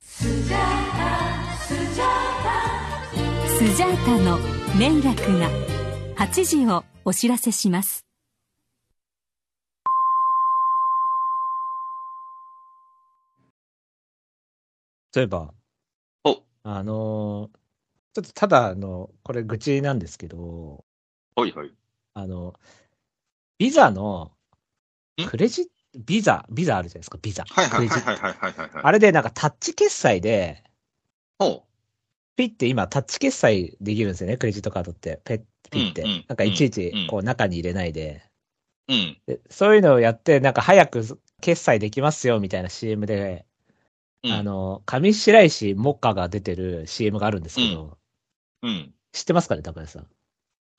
スジャータスジャースジャータの連絡が8時をお知らせしますそういえば、おあのーちょっとただ、あの、これ愚痴なんですけど、はいはい。あの、ビザの、んクレジット、ビザ、ビザあるじゃないですか、ビザ。はいはいクレジはいはいはいはい、はい。あれでなんかタッチ決済で、ほピッて今タッチ決済できるんですよね、クレジットカードって。ペッ、ピッて。うんうんなんかいちいうちんこう中に入れないで。う。うん。でそういうのをやって、なんか早く決済できますよみたいな CM で、うんあ、の、上白石萌歌が出てる CM があるんですけど、うん。知ってますかね、高橋さん。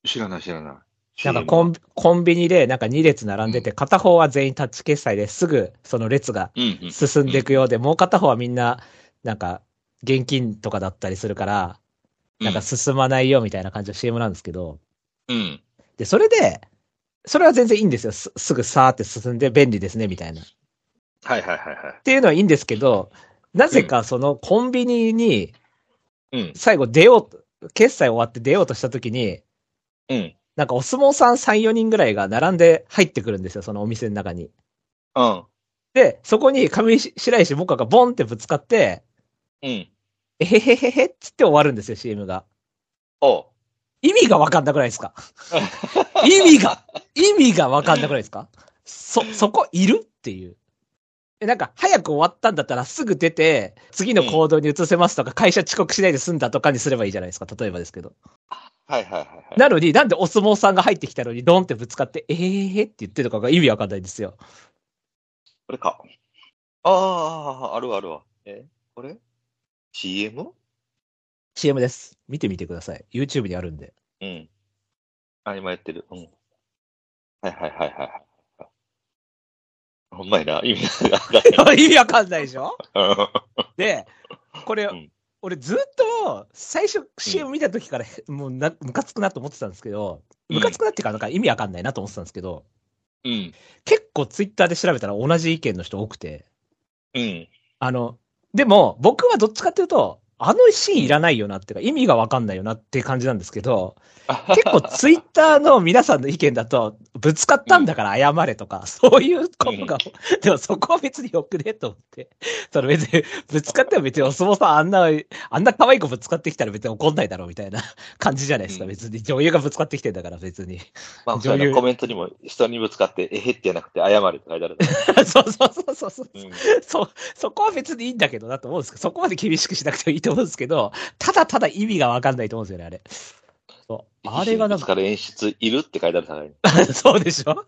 知らない知らない。なんかコンビコンビニでなんか2列並んでて、片方は全員タッチ決済ですぐその列がうんうん。進んでいくようで、もう片方はみんな、なんか現金とかだったりするから、なんか進まないよみたいな感じの CM なんですけど、うん。で、それで、それは全然いいんですよ。すすぐさーって進んで便利ですね、みたいな。っはいはいはいはていうのはいいんですけど、なぜかそのコンビニにい。うん。最後出ようと、決済終わって出ようとした時に、うん。なんかお相撲さん3、4人ぐらいが並んで入ってくるんですよ、そのお店の中に。うん。で、そこに上白石萌歌がボンってぶつかって、うん。えへへへへっつって終わるんですよ、CM が。おう。意味がわかんなくないです か意味が、意味がわかんなくないですかそ、そこいるっていう。えなんか、早く終わったんだったらすぐ出て、次の行動に移せますとか、会社遅刻しないで済んだとかにすればいいじゃないですか、例えばですけど。はいはいはいはい。なのに、なんでお相撲さんが入ってきたのに、ドンってぶつかって、えへへへって言ってるとかが意味わかんないんですよ。これか。ああ、あるわあるわ。えこれ ?CM? CM です。見てみてください。YouTube にあるんで。 うん。あ、今やってる。うん。はいはいはいはいはい。ほんまやな、意味が分か意味わかんないでしょらない。で、これ、うん俺ずっと最初 CM 見た時から、 もうな、ムカつくなと思ってたんですけど、うんムカつくなっていうか、なんか意味わかんないなと思ってたんですけど、うん。結構ツイッターで調べたら同じ意見の人多くて、うん。あの、でも僕はどっちかっていうと、あのシーンいらないよなっていうか、意味がわかんないよなっていう感じなんですけど、結構ツイッターの皆さんの意見だと、ぶつかったんだから謝れとか、 そういうことが、でもそこは別によくねと思って。その別に、ぶつかっても別にお相撲さんあんな、あんな可愛い子ぶつかってきたら別に怒んないだろうみたいな 感じじゃないですか。うん別に女優がぶつかってきてんだから別 に。まあ、女優そういうのコメントにも人にぶつかって、えへってじゃなくて、謝るって書いてある。そうそうそうそうそう。うん。そ、そこは別にいいんだけどなと思うんですけど、そこまで厳しくしなくてもいいと思うんですけど、ただただ意味がわかんないと思うんですよね、あれ。そうあれがなんぶつか、かる演出いるって書いてあるさかに。 そうでしょう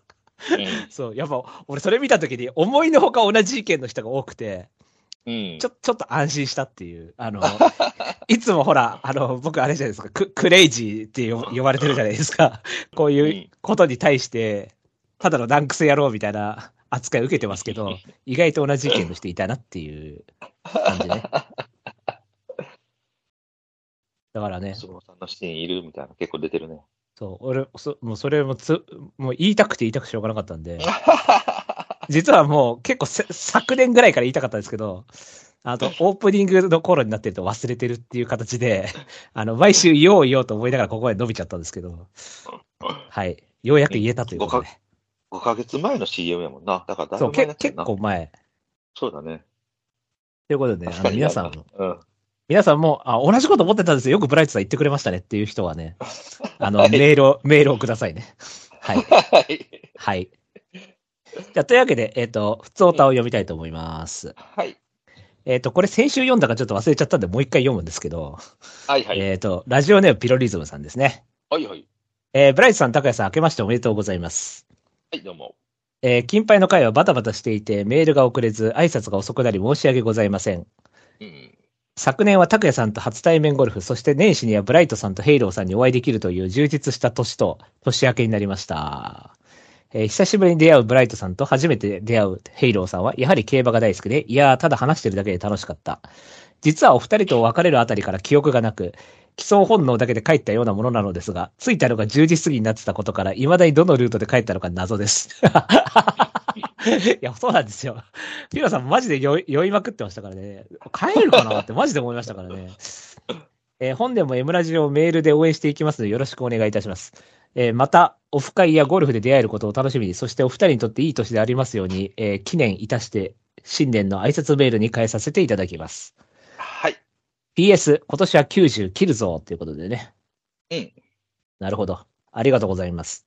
そう、やっぱ、俺それ見たときに、思いのほか同じ意見の人が多くて、ん。うんちょ、ちょっと安心したっていう。あの、いつもほら、あの、僕あれじゃないですか、ククレイジーって呼呼ばれてるじゃないですか。こうういうんことに対して、ただの難癖野郎みたいな扱い受けてますけど、意外と同じ意見の人いたなっていう感じね。だからね、相撲さんのシーンいるみたいな、結構出てるね。そう、俺、そもうそれもつ、もう言いたくて言いたくてしょうがなかったん で、実はもう結構せ昨年ぐらいから言いたかったんですけど、あと、オープニングの頃になってると忘れてるっていう形で、 あの、毎週言おう言おうと思いながらここまで伸びちゃったんですけど、はい。ようやく言えたということで。 5ヶ月前の CM やもんな。だからだいそぶう、け前のやつや結な構前。そうだね。ということで、ね、確あのかに皆さんも、うん。皆さんも、あ、同じこと思ってたんですよ。よくブライトさん言ってくれましたねっていう人はね、あの、メールを、メールをくださいね。はい。はい。はい。じゃあというわけで、えっ、と、普通歌を読みたいと思います。はい。ええっ、と、これ先週読んだかちょっと忘れちゃったんで、もう一回読むんですけど、はいはい。えっ、と、ラジオネームピロリズムさんですね。はいはい。えーブライトさん、高谷さん、明けましておめでとうございます。はい、どうも。えー金杯の会はバタバタしていて、メールが遅れず、挨拶が遅くなり申し訳ございません。うん。昨年は拓也さんと初対面ゴルフ、そして年始にはブライトさんとヘイローさんにお会いできるという充実した年と年明けになりました。えー久しぶりに出会うブライトさんと初めて出会うヘイローさんは、やはり競馬が大好きで、いやー、ただ話してるだけで楽しかった。実はお二人と別れるあたりから記憶がなく、基礎本能だけで帰ったようなものなのですが、着いたのが10時過ぎになってたことから、未だにどのルートで帰ったのか謎です。 いや、そうなんですよ。ピロさんマジで酔い酔いまくってましたからね。帰るかなってマジで思いましたからね。えー本年も M ラジオをメールで応援していきますのでよろしくお願いいたします。えーまた、オフ会やゴルフで出会えることを楽しみに、そしてお二人にとっていい年でありますように、えー記念いたして、新年の挨拶メールに変えさせていただきます。はい。 PS、今年は90切るぞということでね。うん。なるほど。ありがとうございます。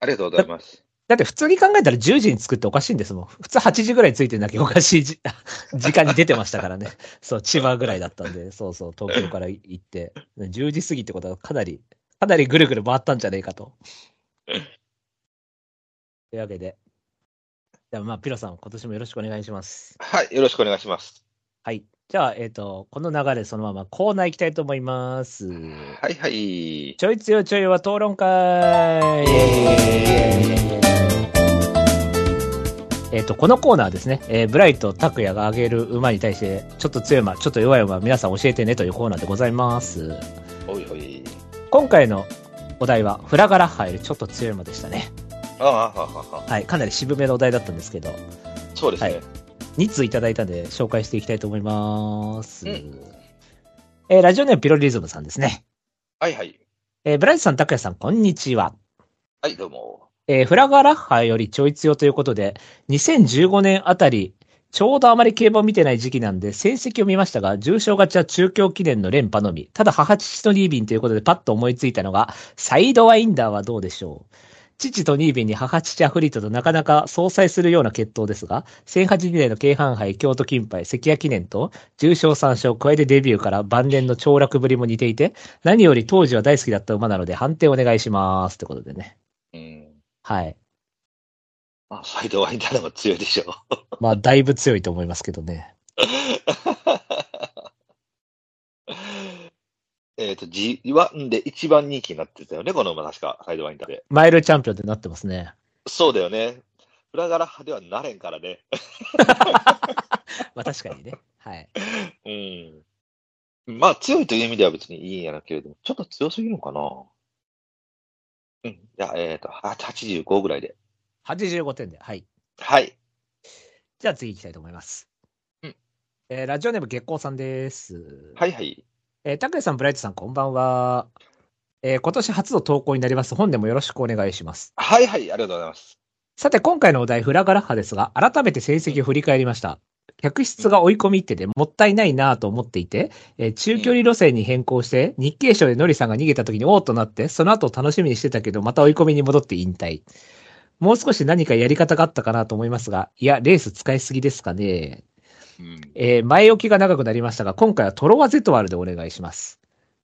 ありがとうございます。だって普通に考えたら10時に作っておかしいんですもん。普通8時ぐらいについてなきゃおかしいじ 時間に出てましたからね。そう、千葉ぐらいだったんで、そうそう、東京から行って、10時過ぎってことはかなり、かなりぐるぐる回ったんじゃねえかと。というわけで。じゃあまあ、ピロさん、今年もよろしくお願いします。はい。よろしくお願いします。はい。じゃあ、えっ、と、この流れそのままコーナー行きたいと思います。はいはい。ちょいつよちょいは討論会えっと、このコーナーですね、えーブライト、タクヤが挙げる馬に対して、ちょっと強い馬、ちょっと弱い馬、皆さん教えてねというコーナーでございます。おいおい。今回のお題は、フラガラッハよりちょっと強い馬でしたね。ああ、ああ、ああああ。はい、かなり渋めのお題だったんですけど、そうですね。はい2通いただいたんで紹介していきたいと思います。うんえーラジオネームピロリズムさんですね。はいはい。えーブライトさん、タクヤさん、こんにちは。はい、どうも。えーフラガラッハよりちょい強ということで、2015年あたり、ちょうどあまり競馬を見てない時期なんで、成績を見ましたが、重賞勝ちは中京記念の連覇のみ。ただ、母父とニービンということでパッと思いついたのが、サイドワインダーはどうでしょう父とニービンに母父アフリートとなかなか相殺するような決闘ですが、1008年の京阪杯、京都金杯、関谷記念と、重賞3勝加えてデビューから晩年の凋落ぶりも似ていて、何より当時は大好きだった馬なので判定お願いします。ってことでね。うん。はい。まあ、サイドワインダーの方が強いでしょう。 まあ、だいぶ強いと思いますけどね。えっと、G1 で一番人気になってたよね、この馬、確か、サイドワインダーで。マイルチャンピオンってなってますね。そうだよね。フラガラ派ではなれんからね。 まあ、確かにね。はい。うん。まあ、強いという意味では別にいいんやなけれども、ちょっと強すぎるのかな。うん。じゃあ、えっ、と、あ85ぐらいで。 85点で。はい。はい。じゃあ次行きたいと思います。うん。えーラジオネーム月光さんです。。はいいはい。えー、拓也さん、ブライトさん、こんばんは。えー今年初の投稿になります。本でもよろしくお願いします。はいはい、ありがとうございます。さて、今回のお題、フラガラッハですが、改めて成績を振り返りました。客室が追い込みってでもったいないなぁと思っていて、えー中距離路線に変更して、日経賞でノリさんが逃げた時におーっとなって、その後を楽しみにしてたけど、また追い込みに戻って引退。もう少し何かやり方があったかなと思いますが、いや、レース使いすぎですかね。うん。えー前置きが長くなりましたが、今回はトロワゼトワルでお願いします。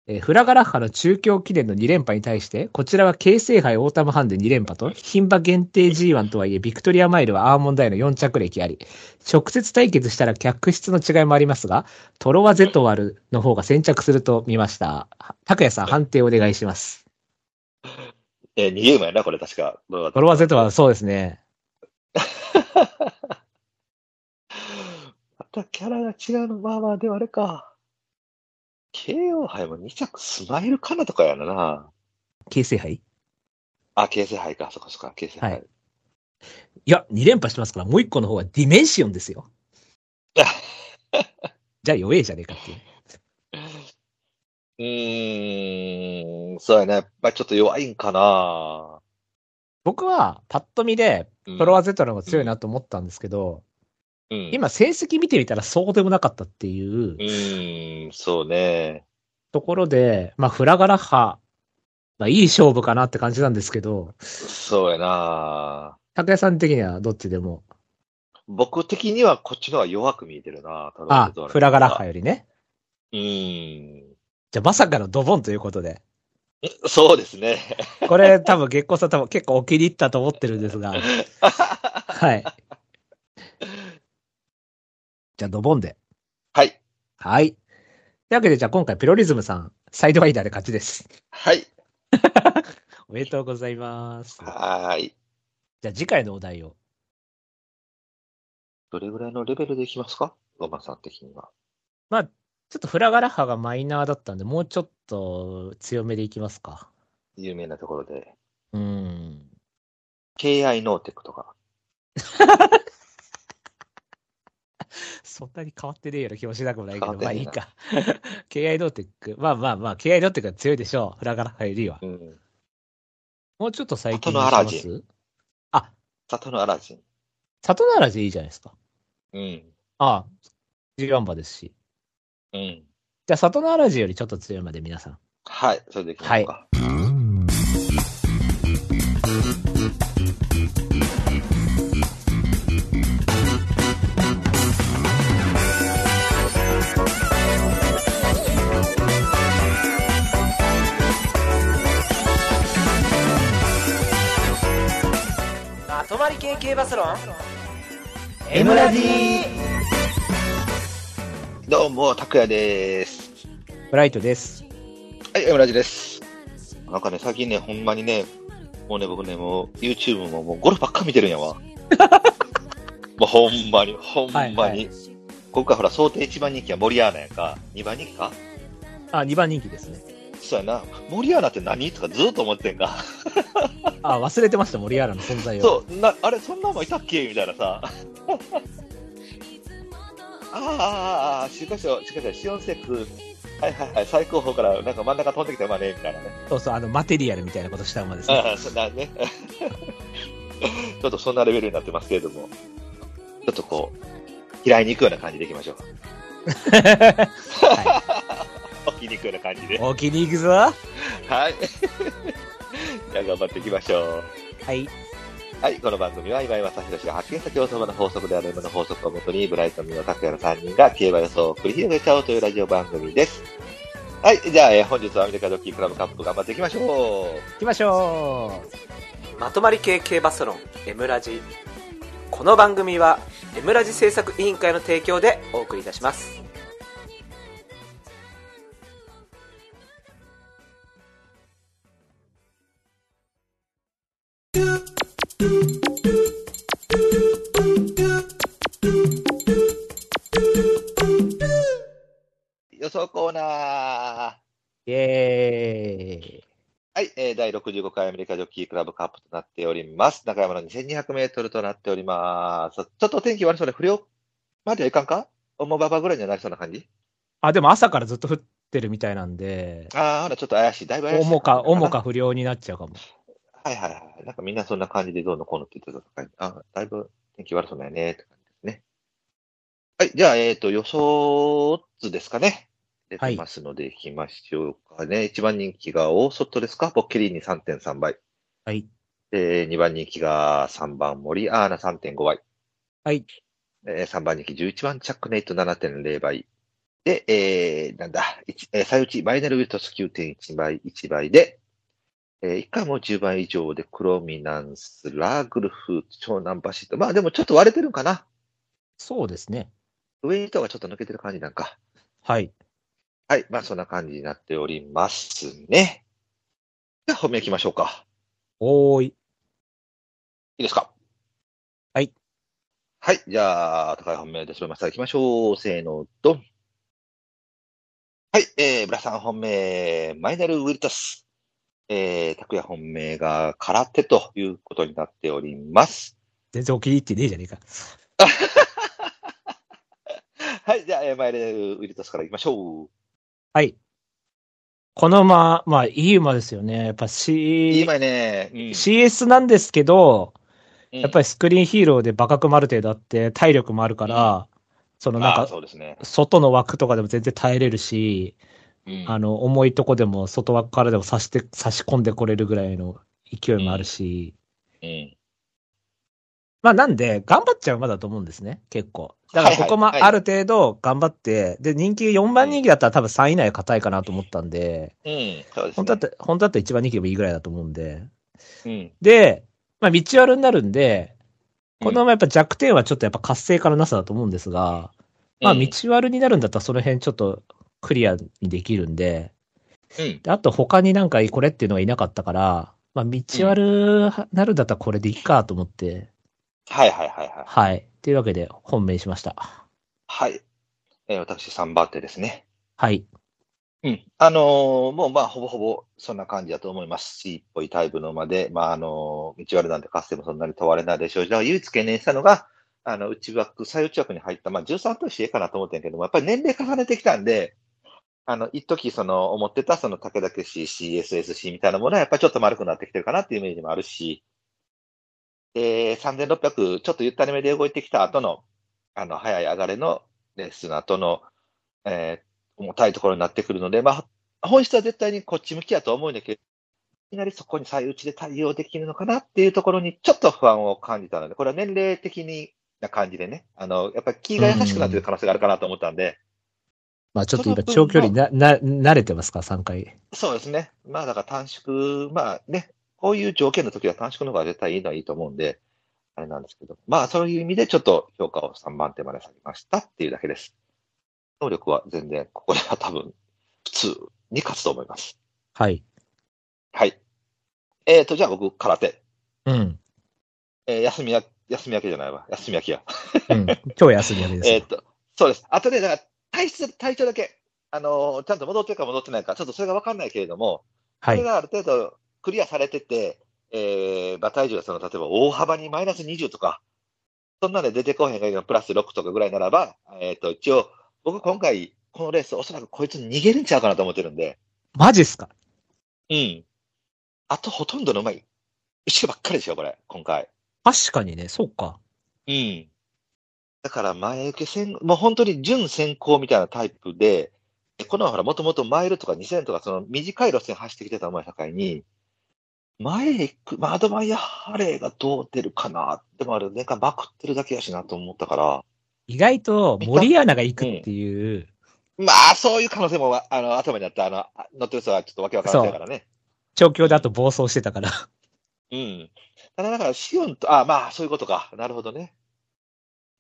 えーフラガラッハの中京記念の2連覇に対して、こちらは京成杯オータムハンデ2連覇と、牝馬限定 G1 とはいえ、ビクトリアマイルはアーモンダイの4着歴あり、直接対決したら客室の違いもありますが、トロワゼトワルの方が先着すると見ました。拓也さん、判定お願いします。えー、逃げ馬やな、これ確か。どうだったトロワゼトワル、そうですね。またキャラが違うの、まあまあ、ではあれか。KO 杯も2着スマイルかなとかやなな。京成杯あ、形成杯か、そっかそっか、形成杯。はいいや、2連覇してますから、もう1個の方はディメンシオンです よ。じゃあ弱えじゃねえかっていう。うーん、そうやね。やっぱりちょっと弱いんかな。僕は、パッと見で、うんトロワゼトラの方が強いなと思ったんですけど、うん、今成績見てみたらそうでもなかったっていううーん、そうね。ところで、まあフラガラッハ、まあいい勝負かなって感じなんですけど、そうやな。拓也さん的にはどっちでも、僕的にはこっちの方が弱く見えてるな。トロあント、フラガラッハよりね。うーん。じゃあまさかのドボンということで。そうですね。これ多分月光さん多分結構お気に入ったと思ってるんですが、はい。じゃあドボンで。はい。はい。というわけでじゃあ今回ピロリズムさん、サイドワイダーで勝ちです。はい。おめでとうございます。はーい。じゃあ次回のお題を。どれぐらいのレベルでいきますかロマンさん的には。ちょっとフラガラッハがマイナーだったんで、もうちょっと強めでいきますか。有名なところで。うん。 KI ノーテックとか。そんなに変わってねえような気もしなくもないけど、変まわあってねいえいなか。KI ローテック、まあまあまあ、KI ローテックは強いでしょう。フラガラ、はい、リーは。うん。もうちょっと最近里のアラジンにします里のアラジン。里のアラジンいいじゃないですか。うん。ああ、G1 馬ですし。うん。じゃあ、里のアラジンよりちょっと強いまで皆さん。はい、それでいきましょうか。まとまり系系バスロン M ラジどうも、拓也です。ブライトです。はい、エムラジです。なんかね、最近ね、ほんまにね、もうね、僕ね、もう YouTube ももうゴルフばっか見てるん やわ。もうほんまに、ほんまに。はいはい今回ほら、想定1番人気はモリアーナやんか。2番人気かあ、2番人気ですね。そうやな。モリアーナって何とかずっと思ってんか。あ、忘れてました、モリアーラの存在を。そう、な、あれ、そんなもんいたっけみたいな さ。ああ、ああ、ああ、週刊誌、週刊誌、シオンセックス。はいはいはい、最高峰からなんか真ん中飛んできたまね、みたいなね。そうそう、あの、マテリアルみたいなことした馬ですね。ああ、そんなね。 ちょっとそんなレベルになってますけれども、ちょっとこう、嫌いに行くような感じでいきましょう。は 置きに行くような感じい、で。お気に行くぞ。ははい。じゃあ頑張っていきましょう。い。はい、この番組は今井正宏が発見した競争場の法則である M の法則をもとに、ブライトンの拓也の3人が競馬予想を繰り広げちゃおうというラジオ番組です。はい、じゃあ、えー本日はアメリカドッキークラブカップ頑張っていきましょう。行きましょう。まとまり系系バスロン M ラジこの番組は M ラジ制作委員会の提供でお送りいたします予想コーナー。イエーイ。はい、えー第65回アメリカジョッキークラブカップとなっております。中山の2200メートルとなっております。ちょっと天気悪そうで不良まではいかんか重ばばぐらいにはなりそうな感じあ、でも朝からずっと降ってるみたいなんで、ああ、ほらちょっと怪しい。だいぶ怪しい。重か、重。か不良になっちゃうかも。はいはいはい。なんかみんなそんな感じでどうのこうのって言ってたから、あだいぶ天気悪そうだよねって感じですね。はい、じゃあ、えっ、と、予想図ですかね。出てますので、いきましょうかね。一番人気が大外ですかポッケリーニ3.3倍。はい。えー、2番人気が3番森アーナ3.5倍。はい。えー、3番人気11番チャックネイト7.0倍。で、えー、なんだ、一えー、最内マイネルウィルトス9.1倍、1倍で、えー、1回も10倍以上でクロミナンス、ラーグルフ、長男バシット。まあでもちょっと割れてるんかな。そうですね。上に人がちょっと抜けてる感じなんか。はい。はい。まあそんな感じになっておりますね。じゃあ本命行きましょうか。おーい。いいですかはい。はい。じゃあ、高い本命で揃えました。行きましょう。せーの、ドン。はい。えー、ブラさん本命、マイナル・ウィルタス。えー、拓也本命が空手ということになっております。全然お気に入ってねえじゃねえか。はい。じゃあ、えーマイナル・ウィルタスから行きましょう。はい。この馬、まあ、いい馬ですよね。やっぱ C、いい前ね。うん。 CS なんですけど、うんやっぱりスクリーンヒーローで馬角もある程度あって、体力もあるから、そのなんあーか、そうですね。外の枠とかでも全然耐えれるし、うんあの、重いとこでも外枠からでも差して、差し込んでこれるぐらいの勢いもあるし、うん。まあなんで、頑張っちゃう馬だと思うんですね、結構。だからここもはいはいある程度頑張って、で、人気4番人気だったら多分3位以内は硬いかなと思ったんで、うん。そうですね。本当だった、本当だったら1番人気でもいいぐらいだと思うんで。うん。で、まあ道悪になるんで、このうんままやっぱ弱点はちょっとやっぱ活性化のなさだと思うんですが、まあうん道悪になるんだったらその辺ちょっとクリアにできるんで、うん。であと他になんかこれっていうのがいなかったから、まあ、道悪なるんだったらこれでいいかと思って、はいはいはいはい。はい。というわけで本命にしました。はい。えー私、3番手ですね。はい。うん。あのーもうまあ、ほぼほぼそんな感じだと思いますし、っぽいタイプの馬で、まあ、あのー、道悪なんてかつてもそんなに問われないでしょうし、だから唯一懸念したのが、あの、内枠、最内枠に入った、まあ、13としていいかなと思ってんけども、やっぱり年齢重ねてきたんで、あの、一時その、思ってた、その、武田家氏、CSSC みたいなものは、やっぱりちょっと丸くなってきてるかなっていうイメージもあるし、で、3600、ちょっとゆったりめで動いてきた後の、あの、早い上がれのレースの後の、えー重たいところになってくるので、まあ、本質は絶対にこっち向きやとは思うんだけど、いきなりそこに最内で対応できるのかなっていうところにちょっと不安を感じたので、これは年齢的にな感じでね、あの、やっぱり気が優しくなってる可能性があるかなと思ったんで、まあちょっと今長距離な、な、慣れてますか ?3 回。そうですね。まあだから短縮、まあね、こういう条件の時は短縮の方が絶対いいのはいいと思うんで、あれなんですけど、まあそういう意味でちょっと評価を3番手まで下げましたっていうだけです。能力は全然、ここでは多分、普通に勝つと思います。はい。はい。えーと、じゃあ僕、空手。うん。えー休みや、休み明けじゃないわ。休み明けや。うん。 今日休み明けですよ。えーっと、そうです。あとね、だから、体質、体調だけ、あのーちゃんと戻ってるか戻ってないか、ちょっとそれが分かんないけれども、はそれい。がある程度クリアされてて、えー、馬体重がその、例えば大幅にマイナス20とか、そんなので出てこへんがいいのプラス6とかぐらいならば、えーっと、一応、僕今回、このレース、おそらくこいつ逃げるんちゃうかなと思ってるんで、マジっすかうん。あとほとんどの馬、後ろばっかりでしょ、これ、今回。確かにね、そうか。うん。だから前受け先、もう本当に準先行みたいなタイプで、このほら、もともとマイルとか2000とか、その短い路線走ってきてた馬や境に、前へ行く、まあアドマイヤハレーがどう出るかな、でもあれ、年間まくってるだけやしなと思ったから、意外と森アナが行くっていう、まあ、そういう可能性も、あの、頭にあった、あの、あ乗ってる人はちょっとわけわからないからね。調教だと暴走してたから。 うん。ただ、だから、シオンと、あ、まあ、そういうことか。なるほどね。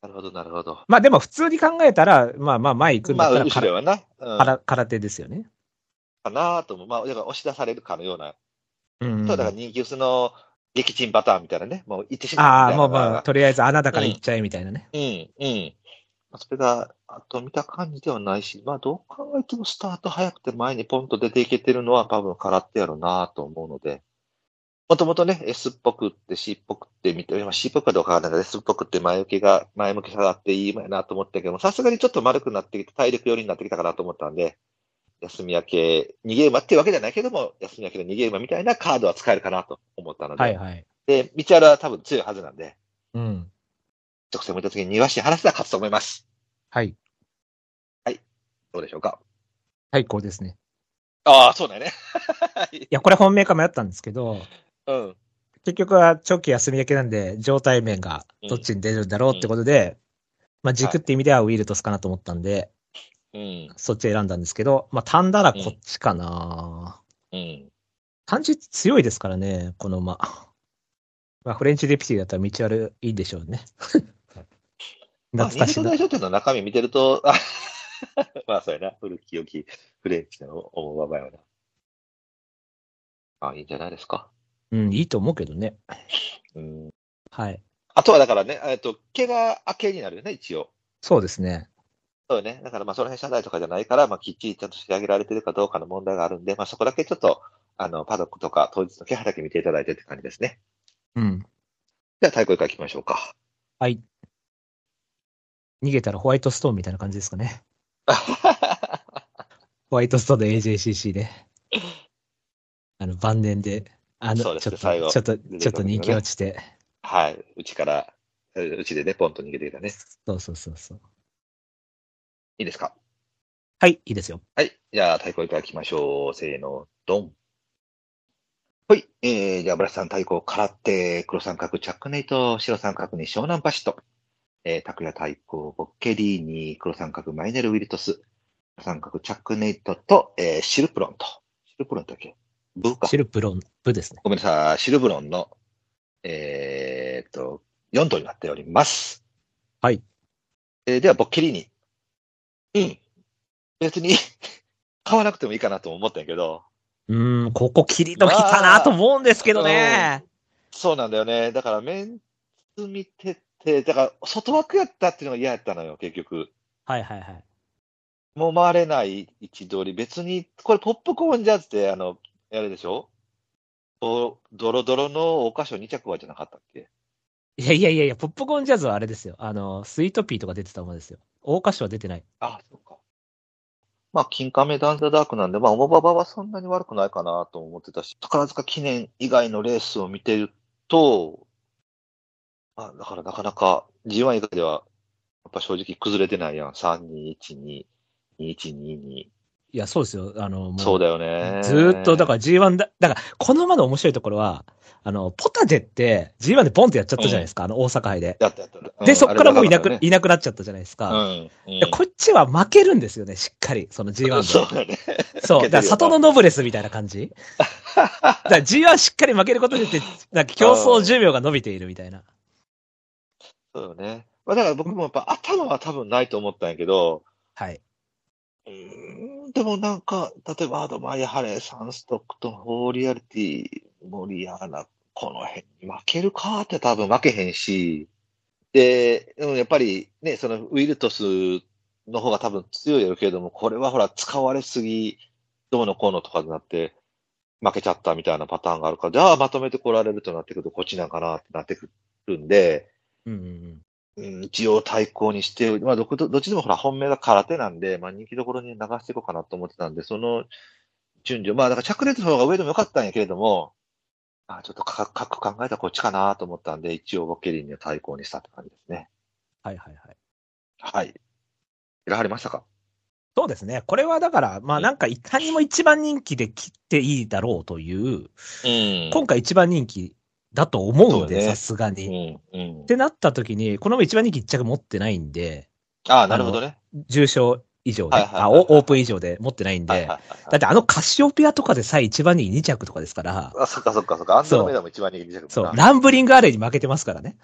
なるほど、なるほど。まあでも普通に考えたら、まあまあ前行くんだまっあ、たら後かろら、はな。うんから空手ですよね。かなとも、まあ、だから押し出されるかのような、うん。そうだから人気薄の撃沈パターンみたいなね、もう行ってしまあうみたあ、もういなのが。まあ、とりあえず穴だから行っちゃえみたいなね。うん、うん。まあそれが、あと見た感じではないし、まあ、どう考えてもスタート早くて前にポンと出ていけてるのは多分空手やろうなと思うので、もともとね、S っぽくって C っぽくって見て、まあ C っぽくかどうかわからないけど S っぽくって前向きが、前向きさがあっていい馬やなと思ったけども、さすがにちょっと丸くなってきて、体力寄りになってきたかなと思ったんで、休み明け、逃げ馬っていうわけじゃないけども、休み明けの逃げ馬みたいなカードは使えるかなと思ったので、はいはい。で、道原は多分強いはずなんで、うん。直線向いた時に庭師話せたら勝つと思います。はい。どうでしょうかはい、こうですね。ああ、そうだよね。いや、これ本命か迷ったんですけど、うん。結局は長期休み明けなんで、状態面がどっちに出るんだろうってことで、まあ軸って意味ではウィルトスかなと思ったんで、うん。そっち選んだんですけど、まあ単ならこっちかな、うん。単純に強いですからね、この馬。 まあフレンチデピティだったら道悪いいでしょうね。まあ、懐か二し陸いな大。商店の中身見てると、 あまあ、そうやな。古き良きフレンチの思う場合はな。あいいんじゃないですか。うん、いいと思うけどね。うん。はい。あとはだからね、えっと、毛が明けになるよね、一応。そうですね。そうよね。だからまあ、その辺社内とかじゃないから、まあ、きっちりちゃんと仕上げられてるかどうかの問題があるんで、まあ、そこだけちょっと、あの、パドックとか、当日の気配だけ見ていただいてって感じですね。うん。じゃあ、太鼓以下行きましょうか。 はい。逃げたらホワイトストーンみたいな感じですかね。ホワイトストーンで AJCC で。あの、晩年で、あの、ちそうょでっすと、ねち最ょ後っと、出てくるちょっと人気落ちて。はい。うちから、えうちでね、ポンと逃げてきたね。そうそうそうそう。いいですかはい、いいですよ。はい。じゃあ、太鼓いただきましょう。せーの、ドン。はい。えー、じゃあ、ブラスさん太鼓、空手、黒三角、チャックネイト、白三角に湘南パシット。えー、拓也太鼓、ボッケリーニ、黒三角、マイネル、ウィルトス。黒三角、チャックネイトと、えー、シルプロンと。シルプロンだっけブーかシ。ルプロンブですね。ごめんなさい。シルブロンの、えーっと、4頭になっております。はい。えーでは、ボッケリーニ。うん。別に、 買わなくてもいいかなとも思ったんやけど、うーん、ここキリト来たなと思うんですけどね。そうなんだよね。だから、メンツ見てて、だから、外枠やったっていうのが嫌やったのよ、結局。はいはいはい。もまれない位置取り、別に、これポップコーンジャズって、あの、あれでしょおドロドロのお菓子を2着はじゃなかったっけいやいやいやいや、ポップコーンジャズはあれですよ。あの、スイートピーとか出てたものですよ。大歌手は出てない。あ、そうか。まあ、金亀ダンザダークなんで、まあ、重馬場はそんなに悪くないかなと思ってたし、宝塚記念以外のレースを見てると、まあ、だからなかなか G1 以外では、やっぱ正直崩れてないやん。3、2、1、2、2、1、2、2。いや、そうですよ。あの、もそうだよね。ずーっと、だから G1 だ、だから、この馬の面白いところは、あの、ポタジェって G1 でポンってやっちゃったじゃないですか、あの、大阪杯で。やったやったやった。うで、んそっからもういなく、あれいなくなっちゃったじゃないですなか。かったねうん。いやこっちは負けるんですよね、しっかり。そのうん G1 そうで。だね。そう。だから、負けてる里よのノブレスみたいな感 じ。だから G1 しっかり負けることによって、なんか競争寿命が伸びているみたいな。そうよね。まあ、だから僕もやっぱ頭は多分ないと思ったんやけど、はい。うーんでもなんか、例えば、アドマイヤ・ハレー、サンストックとホーリアリティ、モリアーナ、この辺に負けるかって多分負けへんし、で、うん、やっぱりね、そのウィルトスの方が多分強いやろうけれども、これはほら、使われすぎ、どうのこうのとかになって、負けちゃったみたいなパターンがあるから、じゃあまとめてこられるとなってくると、こっちなんかなってなってくるんで、うんうんうん。うん一応対抗にして、まあどこど、どっちでもほら、本命が空手なんで、まあ人気どころに流していこうかなと思ってたんで、その順序、まあだから着列の方が上でもよかったんやけれども、あちょっと価格考えたらこっちかなと思ったんで、一応ボケリンには対抗にしたって感じですね。はいはいはい。はい。選ばれましたかそうですね。これはだから、まあなんかいかにも一番人気で切っていいだろうという、うん今回一番人気だと思うんそうで、ねさすがに。っうん、うん。てなった時に、この馬一番人気一着持ってないんで、ああ、なるほどね。重賞以上で、はいはいはいあオオープン以上で持ってないんはいはいでは、いだってあのカシオペアとかでさえ一番人気2着とかですから、あ、そっかそっかそっか。アンドロメダも一番人気でしたけそどう、な。ランブリングアレイに負けてますから ね。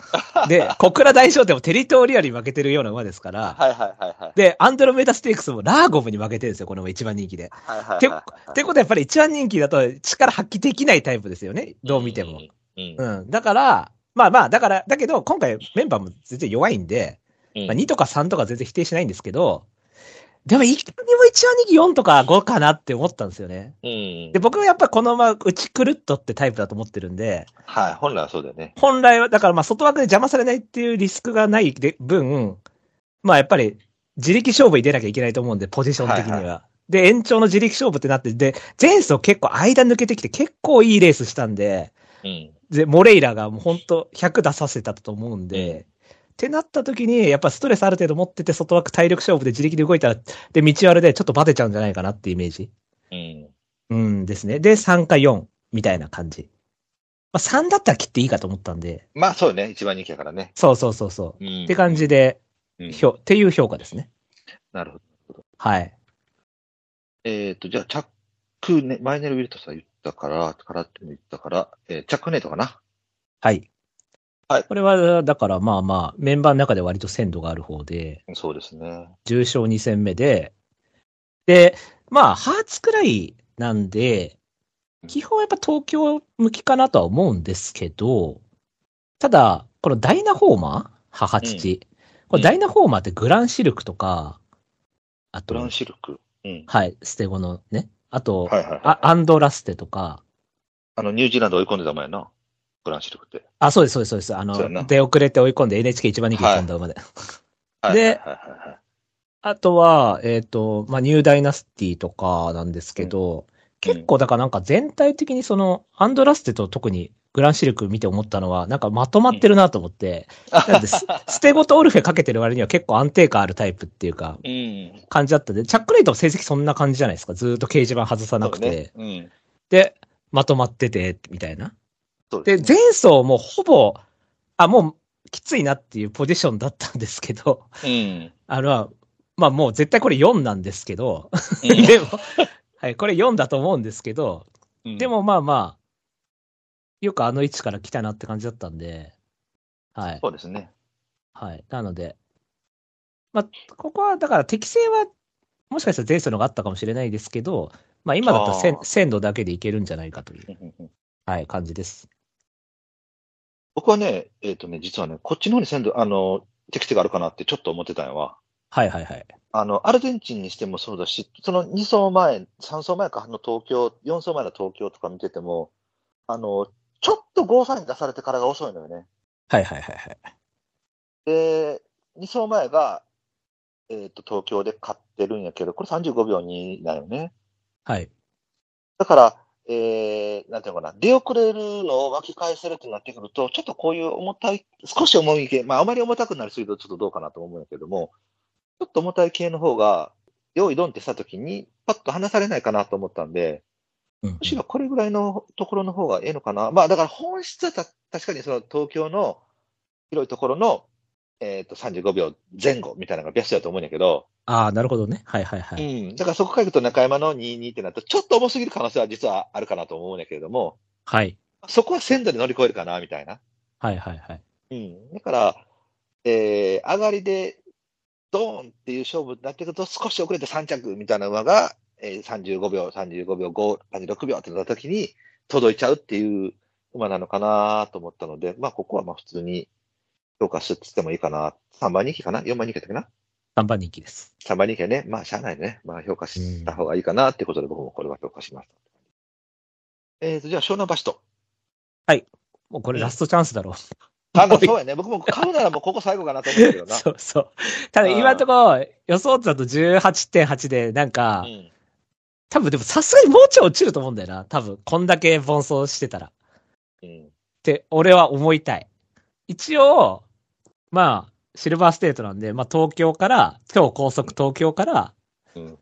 で、小倉大賞でもテリトリアルに負けてるような馬ですから、はいはいはいはい。で、アンドロメダステークスもラーゴムに負けてるんですよ、この一番人気で。はいはいはいはいてってことはやっぱり一番人気だと力発揮できないタイプですよね、どう見ても。。うんう。ん。だから、まあまあ、だから、だけど、今回メンバーも全然弱いんで、うんまあ、2とか3とか全然否定しないんですけど、でも、いかにも一番人気4とか5かなって思ったんですよね。うんで、僕はやっぱこのまま打ち狂っとってタイプだと思ってるんで、はい、本来はそうだよね。本来は、だからまあ外枠で邪魔されないっていうリスクがないで分、まあやっぱり自力勝負に出なきゃいけないと思うんで、ポジション的には。はいで、延長の自力勝負ってなって、で、前走結構間抜けてきて結構いいレースしたんで、うん。で、モレイラがもうほんと100出させたと思うんで、うんってなった時に、やっぱストレスある程度持ってて、外枠体力勝負で自力で動いたら、で、道割れでちょっとバテちゃうんじゃないかなってイメージ。うん。うんですね。で、3か4みたいな感じ。まあ、3だったら切っていいかと思ったんで、まあそうよね、一番人気だからね。そうそうそうそう。うんって感じで、うんひょ、っていう評価ですね。なるほど。はい。えっ、と、じゃあ、チャックね、マイネル・ウィルトスは言ったから、からっても言ったから、えーチャックネートかな。はい。はいこれは、だからまあまあ、メンバーの中で割と鮮度がある方で、そうですね。重賞2戦目で、で、まあ、ハーツくらいなんで、基本はやっぱ東京向きかなとは思うんですけど、ただ、このダイナホーマー母父。これダイナホーマーってグランシルクとか、あブラとウン、シルク。うん。はい、ステゴのね、あと、はいはいはい。あアンドラステとか、あの、ニュージーランド追い込んでたもんやな。ブラウンシルクって。あ、そうです、そうです、そうです。あそうやなの、出遅れて追い込んで NHK 一番人気込んだ馬で。はいではいはいはいはい。あとは、えっ、と、まあ、ニューダイナスティとかなんですけど、結構だからなんか全体的にその、アンドラステと特にグランシルク見て思ったのは、なんかまとまってるなと思って、なん でスステゴとオルフェかけてる割には結構安定感あるタイプっていうか、うん。感じだったんで、チャックレイトも成績そんな感じじゃないですか。ずーっと掲示板外さなくて、そうね。うん。で、まとまってて、みたいな。そうで、ですね前走もほぼ、あ、もうきついなっていうポジションだったんですけど、うん。あの、まあもう絶対これ4なんですけど、うんでも、はい、これ4だと思うんですけど、 うんで、もまあまあ、よくあの位置から来たなって感じだったんで、はい、そうですね。はい。なので、まあ、ここはだから適性は、もしかしたら前走のがあったかもしれないですけど、まあ今だったらせんあー鮮度だけでいけるんじゃないかという、うんうんうんはい、感じです。僕はね、えっ、とね、実はね、こっちの方に鮮度、あの、適性があるかなってちょっと思ってたんやわ。はいはいはい。あの、アルゼンチンにしてもそうだし、その2走前、3走前かの東京、4走前の東京とか見てても、あの、ちょっとゴーサイン出されてからが遅いのよね。はいはいはいはい。で、2走前が、えっ、と、東京で勝ってるんやけど、これ35秒2だよね。はい。だから、えー、なんていうのかな、出遅れるのを巻き返せるってなってくると、ちょっとこういう重たい、少し重い系、まあ、あまり重たくなりすぎるとちょっとどうかなと思うんやけども、ちょっと重たい系の方が、用意ドンってした時に、パッと離されないかなと思ったんで、うんむしろこれぐらいのところの方がええのかな。まあ、だから本質はた確かにその東京の広いところの、えっ、と、35秒前後みたいなのがベストだと思うんやけど、ああ、なるほどね。はいはいはい。うん。だからそこからいくと中山の22ってなると、ちょっと重すぎる可能性は実はあるかなと思うんやけれども、はい。そこは鮮度で乗り越えるかな、みたいな。はいはいはい。うん。だから、えー、上がりで、ドーンっていう勝負になってくると、少し遅れて3着みたいな馬が、えー、35秒、35秒5、36秒ってなった時に、届いちゃうっていう馬なのかなと思ったので、まあ、ここはまあ普通に評価してってもいいかな。3番人気かな ?4 番人気だったっけな3番人気です。 3番人気はね、まあ、しゃあないね。まあ、評価した方がいいかなってことで、僕もこれは評価しました。えーと、じゃあ、湘南橋と。もうこれラストチャンスだろう。あ、まあ、そうやね。僕も買うならもうここ最後かなと思うけどな。 そうそう。ただ今のところ、予想図だと18.8で、なんか、うん多分でもさすがにもうちょい落ちると思うんだよな。多分、こんだけ奔走してたら。っうん。て、俺は思いたい。一応、まあ、シルバーステートなんで、まあ東京から、超高速東京から、うん。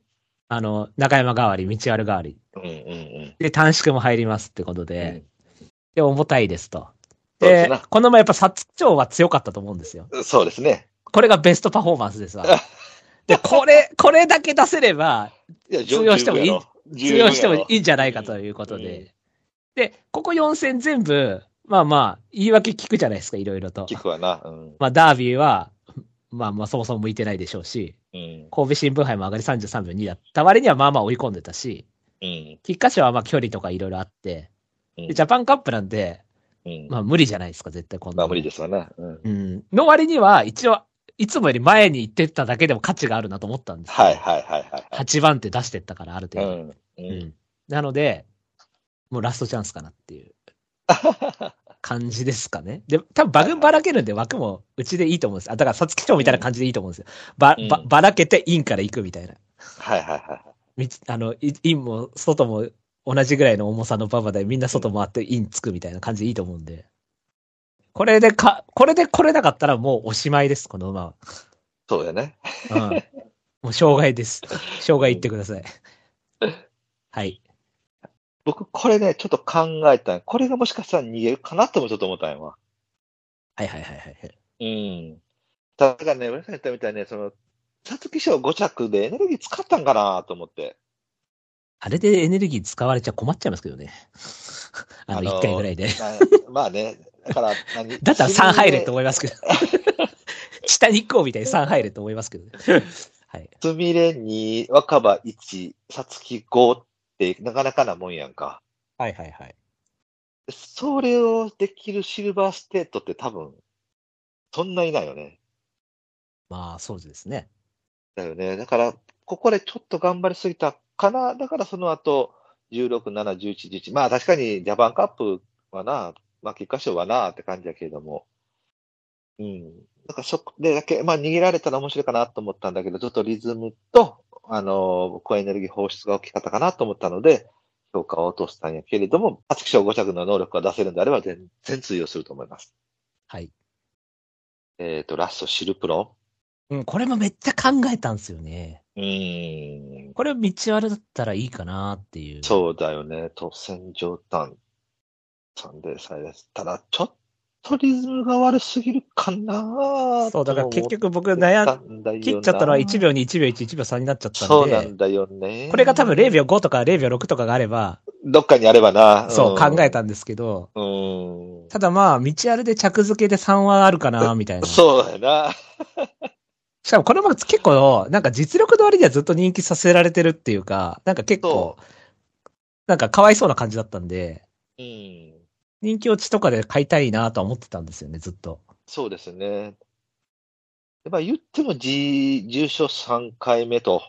あの、中山代わり、道悪代わり。うん。うん。で、短縮も入りますってことうで、ん。で、重たいですと。そうですでな、この前やっぱ薩長は強かったと思うんですよ。そうですね。これがベストパフォーマンス ですわ。で、これ、これだけ出せれば、いや通用してもいい。十通分や用ろしてもいいんじゃないかということで。で、ここ4戦全部、まあまあ、言い訳聞くじゃないですか、いろいろと聞。くわな。うん。まあ、ダービーは、まあまあ、そもそも向いてないでしょうし、うん。神戸新聞杯も上がり33秒2だった割にはまあまあ追い込んでたし、うん。菊花賞はまあ距離とかいろいろあって、うでんジャパンカップなんで、うんまあ無理じゃないですか、絶対こんなまの。あ、無理ですわな。うん。うん。の割には、一応、いつもより前に行ってっただけでも価値があるなと思ったんですよはいはいはいは8番手出してったから、あるいは程い。う度。ん。う。うんん。なので、もうラストチャンスかなって いう感じですかね。で、多分バグばらけるんで枠もうちでいいと思うんです。あ、だからさつき賞みたいな感じでいいと思うんですよ。ばうん、ば、ばらけてインから行くみたいな。はいはいはい。みちあの、いインも外も同じぐらいの重さの馬場でみんな外回ってインつくみたいな感じでいいと思うんで。これでか、これで来れなかったらもうおしまいです、この馬は。そうやね。うん。 もう障害です。障害言ってください。はい。僕、これね、ちょっと考えたんこれがもしかしたら逃げるかなともちょっと思ったんやわ。はいはいはいはいはい。うん。だからね、俺さん言ったみたいにね、その、皐月賞5着でエネルギー使ったんかなと思って。あれでエネルギー使われちゃ困っちゃいますけどね。 ああの、のー1回ぐらいで。あまあね、だから、何 だったら3入れとと思いますけど。 下に行こうみたいに3入れと思いますけど ね。はい。つみれ2、若葉1、さつき5ってなかなかなもんやんか。はいはいはい。それをできるシルバーステートって多分、そんないないよね。まあ、そうですね。だよね。だから、ここでちょっと頑張りすぎたかな。だからその後、16、7、11、11。まあ確かにジャパンカップはな、まあ結果賞はなって感じだけれども。うん。なんかそこでだけ、まあ逃げられたら面白いかなと思ったんだけど、ちょっとリズムと、あの、高エネルギー放出が大きかったかなと思ったので、評価を落としたんやけれども、発揮賞5着の能力が出せるんであれば全然通用すると思います。はい。えっ、と、ラストシルプロうん、これもめっちゃ考えたんですよね。ン。うーん。これ、道悪だったらいいかなっていう。そうだよね。突然上端。サンデー祭です。ただ、ちょっとリズムが悪すぎるかなそう、だから結局僕悩ん、ん切っちゃったのは一1秒に1秒1、1秒3になっちゃったそんうで、なんだよね。これが多分0秒5とか0秒6とかがあれば、どっかにあればな。そう、ん考え。たんですけど、うん。ただまあ、道あるで着付けで3はあるかな、みたいな。しそうだよな。かもこれも結構、なんか実力の割にはずっと人気させられてるっていうか、なんか結構そ、なんかかわいそうな感じだったんで、う。うん。人気落ちとかで買いたいなとは思ってたんですよね、ずっと。そうですね。やっぱ言っても、G、重賞3回目と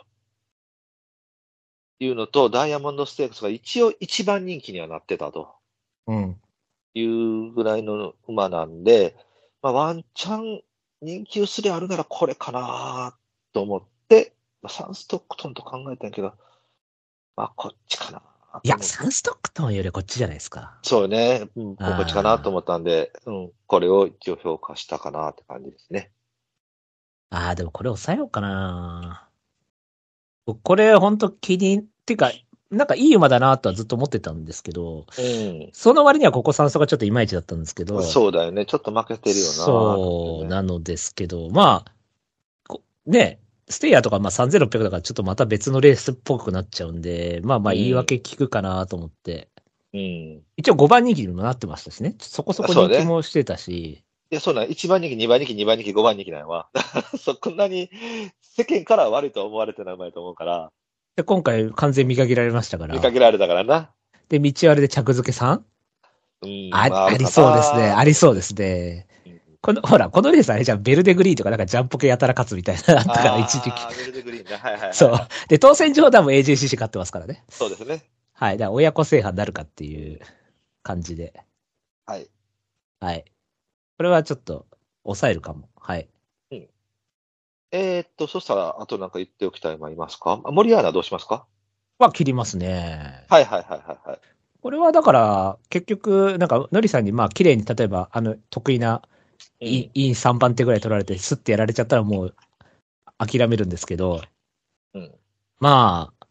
いうのと、ダイヤモンドステークスが一応一番人気にはなってたとうん。いうぐらいの馬なんで、まあ、ワンチャン人気薄であるならこれかなと思って、まあ、サンストックトンと考えたんやけど、まあ、こっちかなと思って。いや、サンストックトンよりこっちじゃないですか。そうね。うん、こあーっちかなと思ったんで、うん、これを一応評価したかなって感じですね。ああ、でもこれ抑えようかな。僕これ本当気に、っていうか、なんかいい馬だなとはずっと思ってたんですけど、うその割にはここサンストがちょっといまいちだったんですけど。ん。そうだよね。ちょっと負けてるよな。そうなのですけど、まあ、こね、ステイヤーとかまあ3600だからちょっとまた別のレースっぽくなっちゃうんで、まあまあうん言い訳聞くかなと思って。うん。い一応5番人気にもなってましたしね。そこそこそう人ね気もしてたし。や、そうなん。1番人気、2番人気、2番人気、5番人気なんやわ。 そ、こんなに世間からは悪いとは思われてない前と思うから、で今回完全見限られましたから見。かけられたからな。で、道あれで着付けさんうん。あまあありそうですね。ありそうですね。うんこの、ほら、このレースあれじゃん、ベルデグリーンとかなんかジャンポケやたら勝つみたいな、あったから一時期。あーベルデグリーンだ。はいはい、はい。そう。で、当選上段も AJCC 勝ってますからね。そうですね。はい。だから親子制覇になるかっていう感じで。はい。はい。これはちょっと抑えるかも。はい。えーっと、そしたら、あとなんか言っておきたい馬いますかあモリアーナどうしますかは切りますね。はいはいはいはいはい。これはだから、結局、なんか、のりさんに、まあ、綺麗に、例えば、あの、得意な、イン、イン3番手ぐらい取られて、スッてやられちゃったらもう、諦めるんですけど、うんまあ、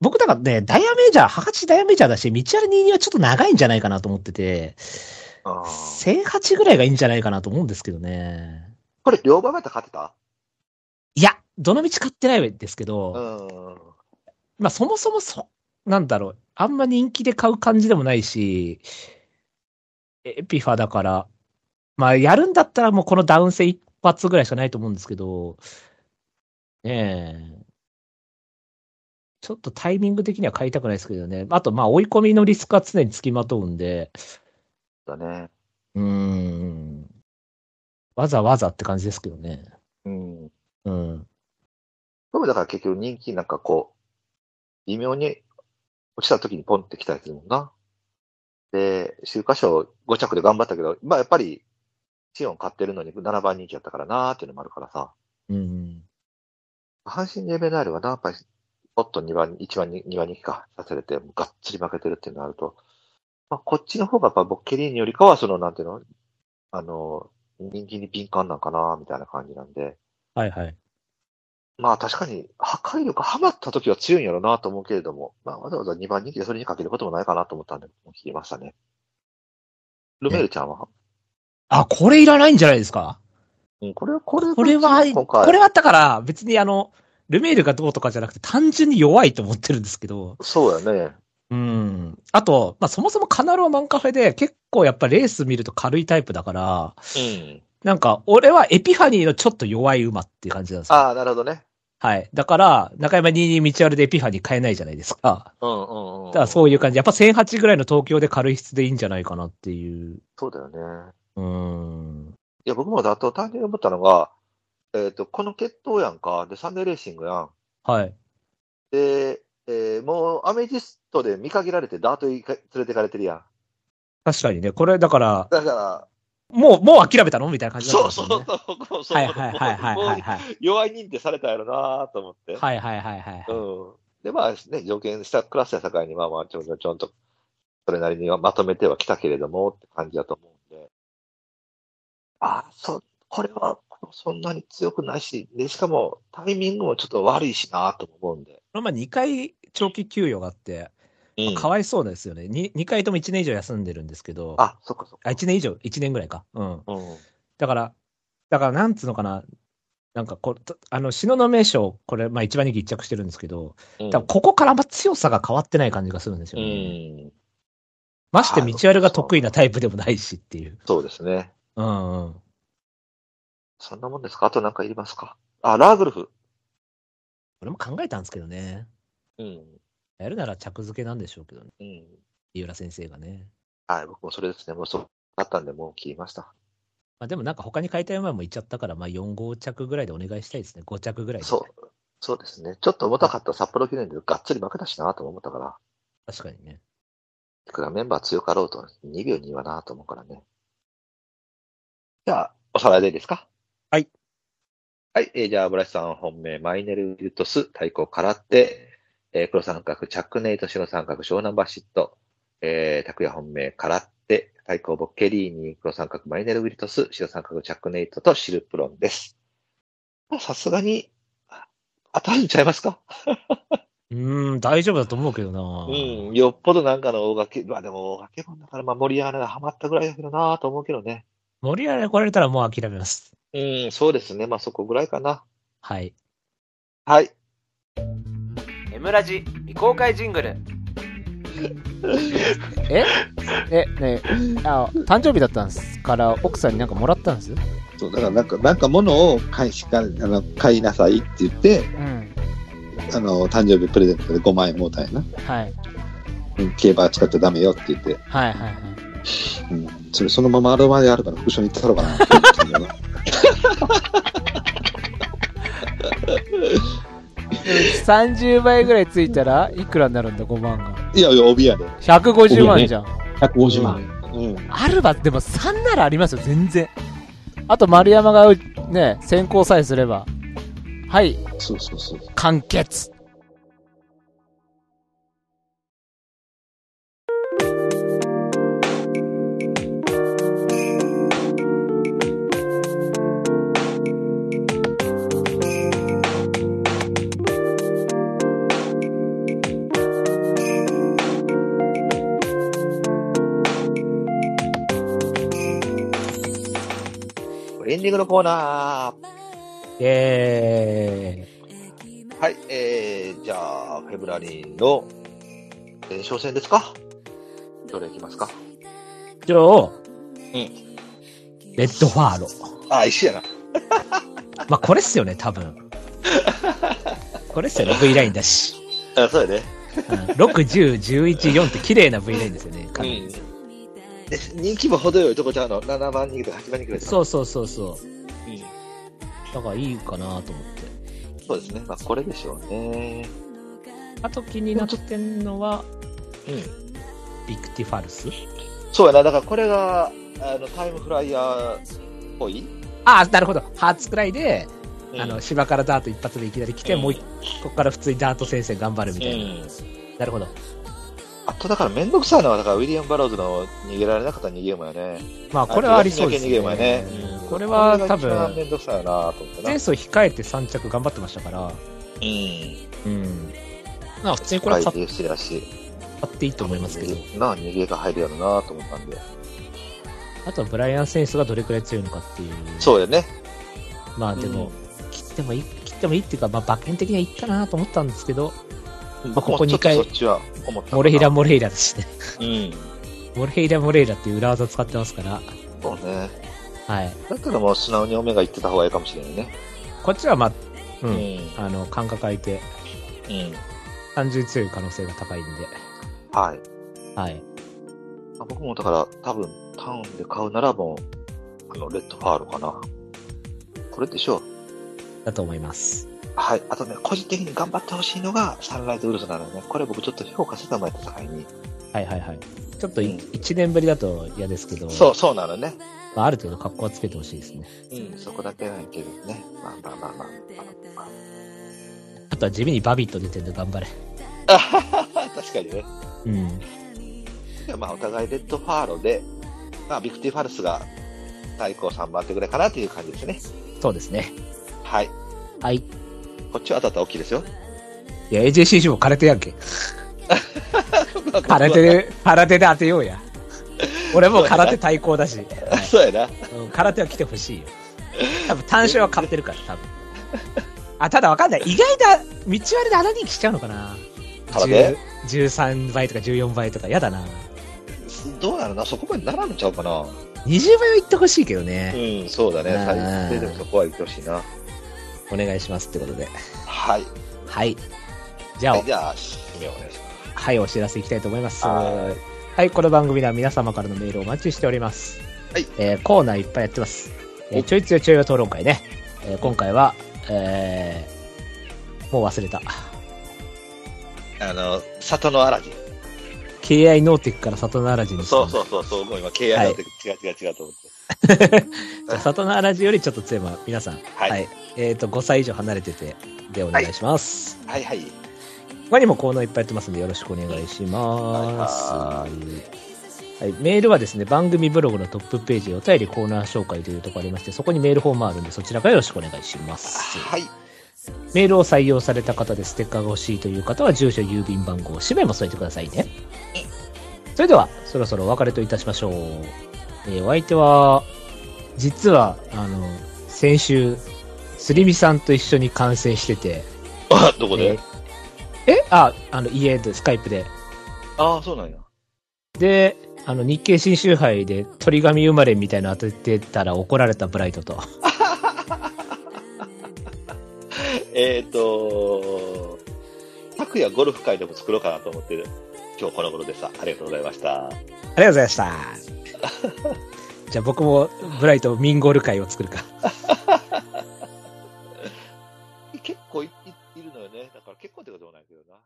僕だからね、ダイヤメジャー、ハカチダイヤメジャーだし、道ある22はちょっと長いんじゃないかなと思ってて、あー1008ぐらいがいいんじゃないかなと思うんですけどね。これ、両馬場で勝てたいや、どの道買ってないですけど、うん。まあそもそもそ、なんだろう、あんま人気で買う感じでもないし、エピファだから、まあやるんだったらもうこのダウン性一発ぐらいしかないと思うんですけど、ねえ。ちょっとタイミング的には買いたくないですけどね。あと、まあ追い込みのリスクは常につきまとうんで、だね。うーん。わざわざって感じですけどね。うん。うん。僕だから結局人気なんかこう、微妙に落ちた時にポンって来たりするもんな。で、週刊賞5着で頑張ったけど、まあやっぱり、シオン買ってるのに7番人気やったからなーっていうのもあるからさ。うん。阪神レベルあるはな、やっぱり、ポッと2番、1番に、2番人気か、させれて、もうがっつり負けてるっていうのがあると、まあ、こっちの方がやっぱボッケリーニよりかは、その、なんていうの、あの、人気に敏感なんかな、みたいな感じなんで、はいはい。まあ確かに破壊力ハマった時は強いんやろなと思うけれども、まあわざわざ2番人気でそれにかけることもないかなと思ったんで、もう聞きましたね。ルメールちゃんは、あ、これいらないんじゃないですかうん、これは、これこれは、今回これはだから、別にあの、ルメールがどうとかじゃなくて、単純に弱いと思ってるんですけど、そうやね。うん。あと、まあ、そもそもカナローマンカフェで、結構やっぱレース見ると軽いタイプだから、うん。なんか、俺はエピファニーのちょっと弱い馬っていう感じなんですよ。ああ、なるほどね。はい。だから、中山22道あるでエピファニー買えないじゃないですか。うんうんうん。だからそういう感じ。やっぱ1008ぐらいの東京で軽い質でいいんじゃないかなっていう。そうだよね。うん。いや、僕もだと単純に思ったのが、えっと、この決闘やんか。で、サンデーレーシングやん。はい。で、えーもうアメジストで見限られてダートに連れてかれてるやん。確かにね、これだから、だかもう、もう諦めたのみたいなら、感じだったんそうですよそうね。そう、僕もそうはい思ったはいはいはいはい、はい。弱い認定されたやろなと思って。はいはいはいはい。うん。で、まあね、条件したクラスや境に、まあまあ、ちょんちょんちょんと、それなりにはまとめてはきたけれども、って感じだと思うんで。ああ、そう、これは、そんなに強くないし、で、しかも、タイミングもちょっと悪いしなとも思うんで。この前2回長期休養があって、うんかわいそうですよね。2, 2回とも1年以上休んでるんですけど、あ、そっかそっか。 1年以上、1年ぐらいか。うん。うん。だから、だからなんつうのかな、なんかこれ、とあの、篠の名称、これ、まあ一番人気一着してるんですけど、うん多分ここからあんま強さが変わってない感じがするんですうよね。ん。まして、道あるが得意なタイプでもないしっていう。そうですね。うん、うん。そんなもんですかあとなんかいりますかあ、ラーグルフ。俺も考えたんですけどね。うん。やるなら着付けなんでしょうけどね。うん。井浦先生がね。はい、僕もそれですね。もうそうだったんで、もう切りました。まあでもなんか他に買いたい馬もいっちゃったから、まあ4、5着ぐらいでお願いしたいですね。5着ぐらいで。そう。そうですね。ちょっと重たかった札幌記念でがっつり負けたしなとも思ったから、確かにね。いくらメンバー強かろうと2秒2はなと思うからね。じゃあ、おさらいでいいですかはい。はい、えーじゃあ、村井さん本命、マイネル・ウィルトス、対抗空手、えー黒三角、チャックネイト、白三角、湘南バシット、えー、拓也本命、空手、対抗ボッケリーニ、黒三角、マイネル・ウィルトス、白三角、チャックネイトとシルプロンです。まあさすがに、当たるんちゃいますかうーん、大丈夫だと思うけどな。うん、よっぽどなんかの大掛け、まあでも大掛けもんだから、まあ盛り上がりがハマったぐらいだけどなと思うけどね。盛り上げ来られたらもう諦めます。うん、そうですね。まあそこぐらいかな。はい。はい。エムラジ未公開ジングルええ、ねえ、あ、誕生日だったんですから、奥さんになんかもらったんですそう、だからなんか、なんか物を買いしか、あの、買いなさいって言って、うん。あの、誕生日プレゼントで5万円もうたんやな。はい。うん、競馬は使っちゃダメよって言って、はいはいはい。うん、それそのままアロマであるから副所に行ったろうかなって思ったんだよな30倍ぐらいついたら、いくらになるんだ、5万が。 いやいや、帯やで。 150万じゃん。 150万。うん。アルバ、でも3ならありますよ、全然。あと丸山が、ね、先行さえすれば。はい、そうそうそう。完結。エンディングのコーナえー。はい。えー、じゃあ、フェブラリーの前哨戦ですかどれいきますかー。じゃあ、うん。レッドファーロ。あ、石やな。まあこれっすよね、多分。これっすよね、V ラインだし。あ、そうやね。うん、6、10、11、4って綺麗な V ラインですよね。うん。え人気も程よいとこちゃうの ?7 番人気とか8番人気ぐらい。そううそうそうそう。うん。だからいいかなと思って。そうですね。まあこれでしょうね。あと気になってんのは、うん。ビクティファルスそうやな、だからこれが、あの、タイムフライヤーっぽい、ああ、なるほど。ハーツくらいで、あうの、ん芝からダート一発でいきなり来て、うんもう一ここから普通にダート先生頑張るみたいな。なるほど。あとだからめんどくさいのは、だからウィリアム・バローズの逃げられなかった逃げ馬やね。まあ、これはありそうですあとラッキーだけ逃げ馬やね。うんこれは多これが一番分、めんどくさいなと思ってな。前走控えて3着頑張ってましたから、うん。うん。まあ、普通にここれれはは買優勢だし、っていいと思いますけど、なあ、逃げが入るやろなと思ったんで。あとはブライアン・センスがどれくらい強いのかっていう。そうやね。まあ、でも、切ってもいい、切ってもいいっていうか、まあ、馬券的にはいいかなと思ったんですけど、まあここち2ょっと回そっちは思ったかなモレイラ・。モレイラだしね。うん。モレイラ・モレイラっていう裏技使ってますから、そうね。はい。だったらもう素直にオメガ行ってた方がいいかもしれないね。こっちはまあ、ううんん、あの、感覚空いて、うん。単純に強い可能性が高いんで、はい。はい。あ僕もだから多分タウンで買うならもう、あの、レッドファールかな。これでしょう。だと思います。はい。あとね、個人的に頑張ってほしいのがサンライズウルスなのね。これ僕ちょっと評価してた前と境に。はいはいはい。ちょっとうん1年ぶりだと嫌ですけど、そう、そうなのね。まあ、ある程度格好はつけてほしいですね。うん、そこだけはいけるね。まあまあまあまあ。まああとは地味にバビット出てるんで頑張れ。まあ、 確かにね。うん。じゃあまあお互いレッドファーロで、まあビクティファルスが対抗3番手ぐらいかなっていう感じですね。そうですね。はい。はい。いこっちは当たったら大きいです よ。や、AJCG も空手やんけ。空手で、空手で当てよう や。俺もう空手対抗だし、はい そうやな。うん空手は来てほしいよ。多分単勝は買ってるから、多分。あ、ただわかんない。意外だ、道割れで穴人気しちゃうのかな。空手10 13倍とか14倍とか、やだな。どうなるなそこまでならんのちゃうかな。 20倍は行ってほしいけどね。うん、そうだね。うん最低でもそこは行ってほしいな。お願いしますってことで。はい。はい。じゃあはい、、じゃあ、締めお願いします。はい、お知らせいきたいと思います。ははい、この番組では皆様からのメールをお待ちしております。はいえーコーナーいっぱいやってます。えーおちょいちょいちょいは討論会ね。えー今回は、えーもう忘れた。あの、里の嵐。敬愛ノーテックから里のアラジンにしたんそうでそうそう、そう、もう今、敬愛だって、違う違う違うと思って。じゃあ里のアラジンよりちょっと強いま皆さん。は。はいい。えっ、と、5歳以上離れてて、でお願いします。はいはい。他にもコーナーいっぱいやってますんで、よろしくお願いします。ははい、メールはですね、番組ブログのトップページ、お便りコーナー紹介というところありまして、そこにメールフォームあるんで、そちらからよろしくお願いします。はい。メールを採用された方でステッカーが欲しいという方は、住所、郵便番号、氏名も添えてくださいね。それでは、そろそろお別れといたしましょう。えーお相手は、実は、あの、先週、すりみさんと一緒に観戦してて、あ、どこえでーえあ、あの、家で、スカイプで。ああ、そうなんや。で、あの、日経新集杯で、鳥紙生まれみたいなの当ててたら怒られたブライトと。えっと、昨夜ゴルフ会でも作ろうかなと思ってる。今日この頃でした。ありがとうございました。ありがとうございました。じゃあ僕もブライトミンゴール会を作るか。結構いいいるのよね。だから結構ってこともないけどな。